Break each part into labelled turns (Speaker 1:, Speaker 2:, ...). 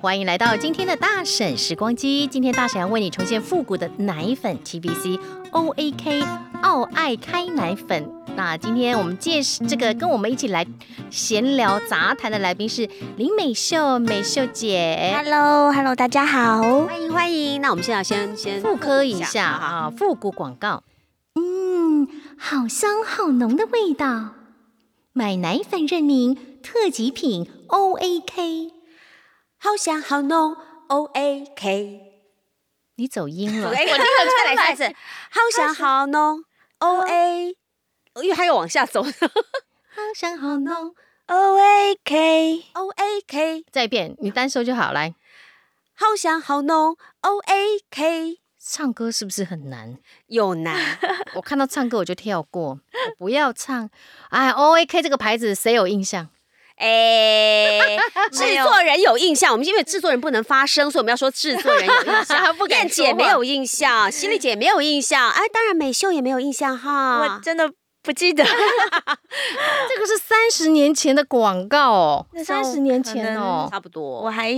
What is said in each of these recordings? Speaker 1: 欢迎来到今天的大婶时光机。今天大婶要为你重现复古的奶粉 TBC OAK 奥爱开奶粉。那今天我们介绍这个跟我们一起来闲聊杂谈的来宾是林美秀，美秀姐。
Speaker 2: Hello，Hello，大家好。
Speaker 3: 欢迎欢迎。那我们现在先先
Speaker 1: 复刻一下
Speaker 3: 好好
Speaker 1: 啊，复古广告。
Speaker 4: 嗯，好香好浓的味道。买奶粉认明特级品 OAK，
Speaker 3: 好香好浓 O A K。
Speaker 1: 你走音
Speaker 3: 哎，
Speaker 1: 了
Speaker 3: 我，听得出来，下一次好香好浓 O A，因为它要往下走
Speaker 1: 好香好浓。
Speaker 3: O A K O A K，
Speaker 1: 再一遍，你单说就好。来，
Speaker 3: 好香好浓 O A K，
Speaker 1: 唱歌是不是很难？
Speaker 3: 有难
Speaker 1: 我看到唱歌我就跳过，我不要唱。哎，O A K 这个牌子谁有印象？
Speaker 3: 哎，
Speaker 2: 没
Speaker 3: 制
Speaker 2: 有
Speaker 3: 作人有印象，我们因为制作人不能发声，所以我们要说制作人 有印象。
Speaker 1: 不
Speaker 3: 燕
Speaker 1: 敢说
Speaker 3: 姐没
Speaker 1: 话
Speaker 3: 有印象，犀利姐没有印象，哎，当然美秀也没有印象
Speaker 2: 我
Speaker 3: 哈。
Speaker 2: 真的不记得，
Speaker 1: 这个是三十年前的广告哦，
Speaker 2: 那时候
Speaker 1: 三十年前哦，
Speaker 3: 差不
Speaker 2: 我
Speaker 3: 多，
Speaker 2: 还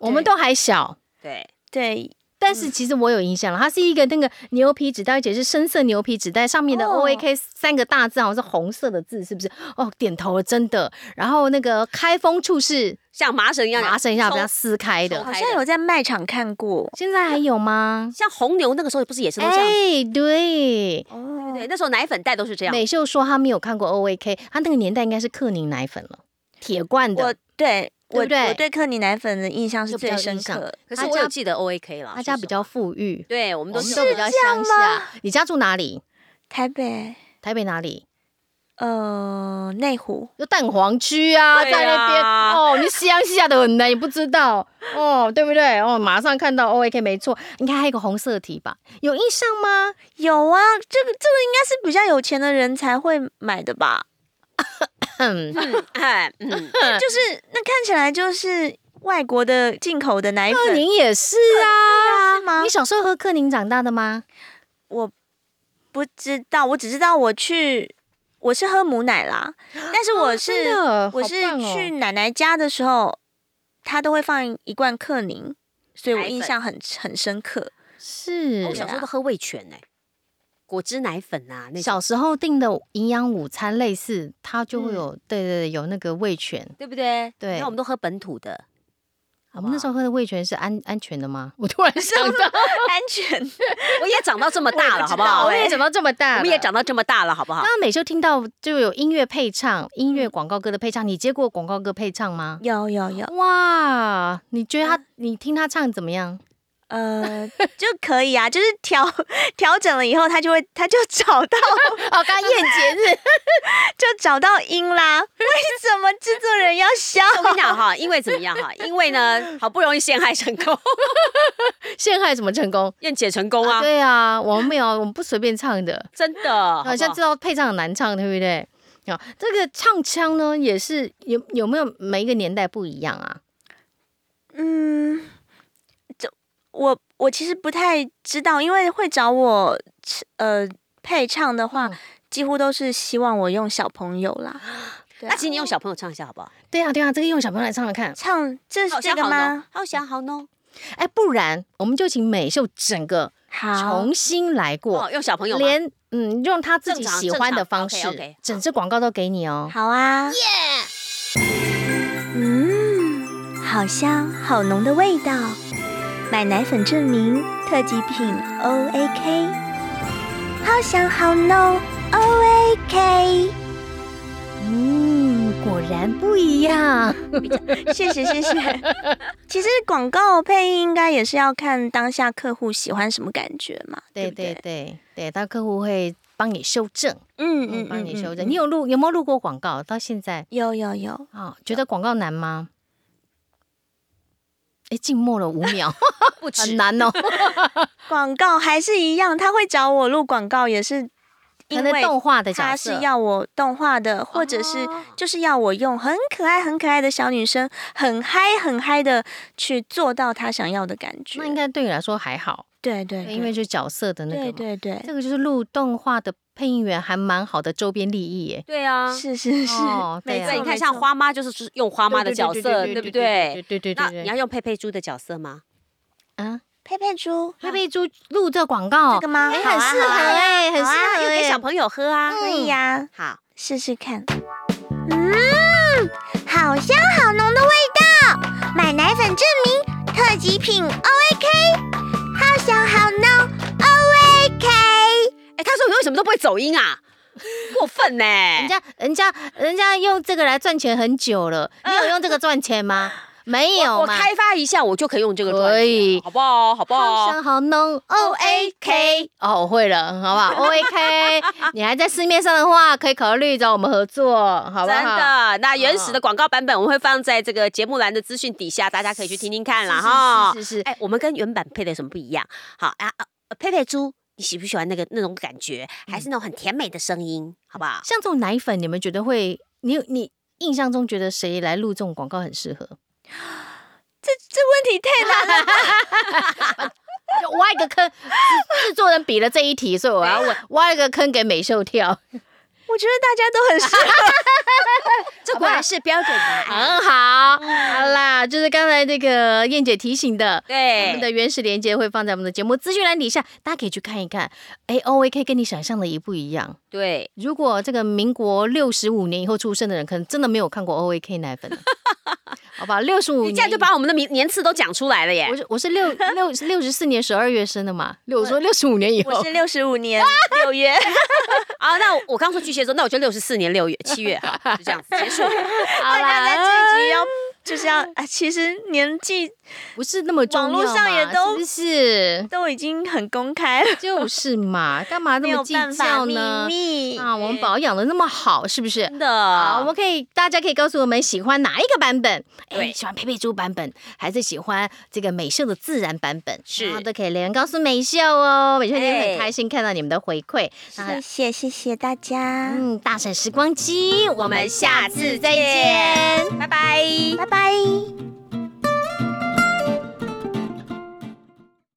Speaker 1: 我们都还小。
Speaker 3: 对，
Speaker 2: 对
Speaker 1: 但
Speaker 3: 嗯
Speaker 1: 是其实我有印象了，它是一个那个牛皮纸袋，而且是深色牛皮纸袋，上面
Speaker 3: 哦
Speaker 1: 的 O A K 三个大字好像是红色的字，是不是？哦，点头了，真的。然后那个开封处是
Speaker 3: 像麻绳一样，
Speaker 1: 麻绳一下把它
Speaker 3: 抽
Speaker 1: 撕开的
Speaker 3: 抽，
Speaker 2: 好像有在卖场看过
Speaker 1: 现在还有吗？
Speaker 3: 像红牛那个时候不是也是都这样？
Speaker 1: 哎，对，
Speaker 2: 哦
Speaker 3: 对，那时候奶粉袋都是这样。
Speaker 1: 美秀说她哎没有看过 O A K，她那个年代应该是克宁奶粉了，铁罐的
Speaker 2: 我。对我
Speaker 1: 对不对
Speaker 2: 我对克尼奶粉的印象是
Speaker 1: 就比
Speaker 2: 最
Speaker 1: 较
Speaker 2: 深
Speaker 1: 印象
Speaker 2: 刻。
Speaker 3: 可是
Speaker 1: 他
Speaker 3: 我
Speaker 1: 家
Speaker 3: 有记得 O A K 了，
Speaker 1: 他家
Speaker 3: 说实
Speaker 1: 比较
Speaker 3: 话
Speaker 1: 富裕，
Speaker 3: 对，我们
Speaker 1: 我
Speaker 3: 都
Speaker 1: 们
Speaker 3: 是
Speaker 1: 都比较乡下。你家住哪里？
Speaker 2: 台北
Speaker 1: 台北哪里？
Speaker 2: 呃内湖，
Speaker 1: 有蛋黄区啊，在
Speaker 3: 对啊
Speaker 1: 那边、哦，你乡下的很呢，你不知道哦，对不对？哦，马上看到 O A K 没错，应该还有一个红色题吧？有印象吗？
Speaker 2: 有啊，这个这个应该是比较有钱的人才会买的吧？
Speaker 1: 嗯，
Speaker 3: 嗯哎嗯，
Speaker 2: 就是那看起来就是外国的进口的奶
Speaker 1: 克
Speaker 2: 粉
Speaker 1: 宁也是
Speaker 2: 啊吗
Speaker 1: 啊。你？小时候喝克宁长大的吗？
Speaker 2: 不知道，我只知道我去我是喝母奶啦，但是我是、
Speaker 1: 啊真的，
Speaker 2: 我是
Speaker 1: 好棒哦
Speaker 2: 去奶奶家的时候，她都会放一罐克宁，所以我
Speaker 3: 奶粉
Speaker 2: 印象很很深刻。
Speaker 1: 是
Speaker 3: 我小时候都喝味全呢，果汁奶粉啊，那种嗯
Speaker 1: 小时候订的营养午餐类似，它就会有、对对对，有那个味全。
Speaker 3: 对不对？
Speaker 1: 对
Speaker 3: 那我们都喝本土的，
Speaker 1: 我们那时候喝的味全是安安全的吗？我突然 想到，
Speaker 2: 安全，
Speaker 3: 我也长到这么大了，好不好？
Speaker 1: 我
Speaker 3: 哎
Speaker 1: 也长到这么大，
Speaker 3: 我们也。长到这么大了，好不好
Speaker 1: 刚？刚美秀听到就有音乐配唱，音
Speaker 3: 嗯
Speaker 1: 乐广告歌的配唱，你接过广告歌配唱吗？
Speaker 2: 有有有，
Speaker 1: 哇，你觉得
Speaker 3: 嗯
Speaker 1: 他，你听他唱怎么样？
Speaker 2: 呃，就可以啊，就是调 调整了以后，她就会，她就找到，
Speaker 1: 哦，刚燕姐是
Speaker 2: 就找到音啦。 为什么制作人要笑？
Speaker 3: 我跟你讲哈，因为怎么样哈？因为呢，好不容易陷害成功，
Speaker 1: 陷害怎么成功？
Speaker 3: 验解成功啊，
Speaker 1: 对啊，我们没有，我们不随便唱的，
Speaker 3: 真的，
Speaker 1: 好像
Speaker 3: 不
Speaker 1: 知道配唱很难唱，对不对？啊，这个唱腔呢，也是有有没有每一个年代不一样啊？
Speaker 2: 嗯，这我我其实不太知道，因为会找我呃配唱的话，
Speaker 1: 嗯
Speaker 2: 几乎都是希望我用小朋友啦。对啊
Speaker 3: 那请你用小朋友唱一下好不好？
Speaker 1: 对啊，对啊，这个用小朋友来唱唱看。
Speaker 2: 唱这是
Speaker 3: 好
Speaker 2: 这
Speaker 3: 香
Speaker 2: 个
Speaker 3: 好浓
Speaker 2: 吗？，
Speaker 3: 好香好浓。
Speaker 1: 哎，不然我们就请美秀整个
Speaker 2: 好，
Speaker 1: 重新来过。
Speaker 3: 哦，用小朋友吗
Speaker 1: 连嗯，用他自己
Speaker 3: 正常
Speaker 1: 喜欢的
Speaker 3: 正常
Speaker 1: 方式
Speaker 3: OK，OK，好，
Speaker 1: 整支广告都给你哦。
Speaker 2: 好啊，耶！嗯，好香好浓的味道。买奶粉证明特级品 O A K，好香好浓 O A K，
Speaker 1: 嗯，果然不一 样。
Speaker 2: 谢谢谢谢。其实广告配音应该也是要看当下客户喜欢什么感觉嘛，
Speaker 1: 对
Speaker 2: 不
Speaker 1: 对对对，他客户会帮你修正，
Speaker 2: 嗯
Speaker 1: 嗯，帮你修正。
Speaker 2: 嗯
Speaker 1: 你有录有没有录过广告？到现在
Speaker 2: 有有有，
Speaker 1: 啊、觉得广告难吗？哎，静默了五秒，
Speaker 3: 不止
Speaker 1: 很，难哦。
Speaker 2: 广告还是一样，他会找我录广告也是
Speaker 1: 他
Speaker 2: 因
Speaker 1: 的
Speaker 2: 为
Speaker 1: 动画的角
Speaker 2: 他
Speaker 1: 色
Speaker 2: 是要我动画的，或者是
Speaker 3: 哦
Speaker 2: 就是要我用很可爱、很可爱的小女生，很嗨、很嗨的去做到他想要的感觉。
Speaker 1: 那应该对你来说还好，
Speaker 2: 对对，
Speaker 1: 对
Speaker 2: 对
Speaker 1: 因为就角色的那个嘛。
Speaker 2: 对对对
Speaker 1: 这个就是录动画的配音员还蛮好的周边利益耶。
Speaker 3: 对啊，
Speaker 2: 是是是，
Speaker 1: 哦，对
Speaker 2: 没
Speaker 1: 啊
Speaker 3: 对，
Speaker 2: 错
Speaker 3: 你看像花妈就是是用花妈的角色，对不
Speaker 1: 对
Speaker 3: 对？？
Speaker 1: 对对
Speaker 3: 那
Speaker 1: 对
Speaker 3: 你要用佩佩猪的角色吗？
Speaker 1: 啊，
Speaker 2: 佩佩猪，
Speaker 1: 佩佩猪录这广告
Speaker 2: 这个吗？
Speaker 1: 哎，
Speaker 2: 好
Speaker 1: 很
Speaker 2: 啊
Speaker 1: 适合
Speaker 2: 好啊
Speaker 1: 哎，很适
Speaker 3: 啊，
Speaker 1: 合
Speaker 3: 又给
Speaker 1: 哎
Speaker 3: 小。朋友喝啊。
Speaker 2: 可以呀，
Speaker 3: 好，
Speaker 2: 试试看。嗯，好香好浓的味道，买奶粉证明特级品 O A K，好香好浓 O A K。
Speaker 3: 哎，他说你为什么都不会走音啊？过分 呢！
Speaker 1: 人家人家人家用这个来赚钱很久了，你有用这个赚钱吗？没有
Speaker 3: 我
Speaker 1: 嘛。
Speaker 3: 开发一下，我就可以用这个
Speaker 1: 可
Speaker 3: 专辑
Speaker 1: 以
Speaker 3: 了，好不好？好不
Speaker 1: 好
Speaker 3: 好？
Speaker 1: 香好浓 O A K 哦，我会了，好不 好？O A K，你还在市面上的话，可以考虑找我们合作，好不好？嗯
Speaker 3: 真的，那原始的广告版本我们会放在这个节目栏的资讯底下，大家可以去听听看
Speaker 1: 啊
Speaker 3: 啦哈
Speaker 1: 是。是是是，
Speaker 3: 哎，我们跟原版配的有什么不一样？好啊，啊呃佩佩猪，你喜不喜欢那个那种感觉？还
Speaker 1: 嗯
Speaker 3: 是那种很甜美的声音，好不好？
Speaker 1: 像这种奶粉，你们觉得会？你你印象中觉得谁来录这种广告很适合？
Speaker 2: 这问题太难了，
Speaker 1: 就挖一个坑，制制作人比了这一题，所以我要 问，挖一个坑给美秀 跳，
Speaker 2: 我觉得大家都很适合。
Speaker 3: 这果然是标准答案。
Speaker 1: 很好。好啦，就是刚才那个燕姐提醒的，我
Speaker 3: 对
Speaker 2: 哎
Speaker 1: 们，的原始连接会放在我们的节目资讯栏底下，大家可以去看一看。哎，O A K 跟你想象的一不一样。
Speaker 3: 对，
Speaker 1: 如果这个民国六十五年以后出生的人，可能真的没有看过 O A K 奶粉了， 好吧？六十五
Speaker 3: 你
Speaker 1: 年
Speaker 3: 这样就把我们的名年次都讲出来了耶
Speaker 1: 我。是我是六六六十四年十二月生的嘛，六我说六十五年以后
Speaker 2: 我是六十五 年六月，
Speaker 3: 啊，那我我刚说巨蟹座，那我就六十四年六月七月，好，就这样子结束。
Speaker 1: 好
Speaker 2: 大家在
Speaker 1: 啦，
Speaker 2: 这一集要 就是要啊，其实年纪
Speaker 1: 不是那么重要嘛
Speaker 2: 网络上也都
Speaker 1: 是不是
Speaker 2: 都已经很公开了，
Speaker 1: 就是嘛，干嘛
Speaker 2: 没
Speaker 1: 那么
Speaker 2: 有
Speaker 1: 计
Speaker 2: 办法
Speaker 1: 较
Speaker 2: 秘
Speaker 1: 呢？
Speaker 2: 密哎
Speaker 1: 啊，我们保养的那么好，是不是？
Speaker 3: 真的，
Speaker 1: 好，我们可以，大家可以告诉我们喜欢哪一个版本？哎，
Speaker 3: 对
Speaker 1: 喜欢佩佩猪版本，还是喜欢这个美秀的自然版本？
Speaker 3: 是
Speaker 1: 啊都可以留言告诉美秀哦。美秀也
Speaker 3: 哎
Speaker 1: 很开心看到你们的回馈。嗯
Speaker 2: 谢谢谢谢大家，
Speaker 1: 嗯，大婶时光机，我
Speaker 3: 我
Speaker 1: 们
Speaker 3: 们
Speaker 1: 下
Speaker 3: 下
Speaker 1: 次
Speaker 3: 次
Speaker 1: 再
Speaker 3: 再
Speaker 1: 见
Speaker 3: 见。
Speaker 2: 拜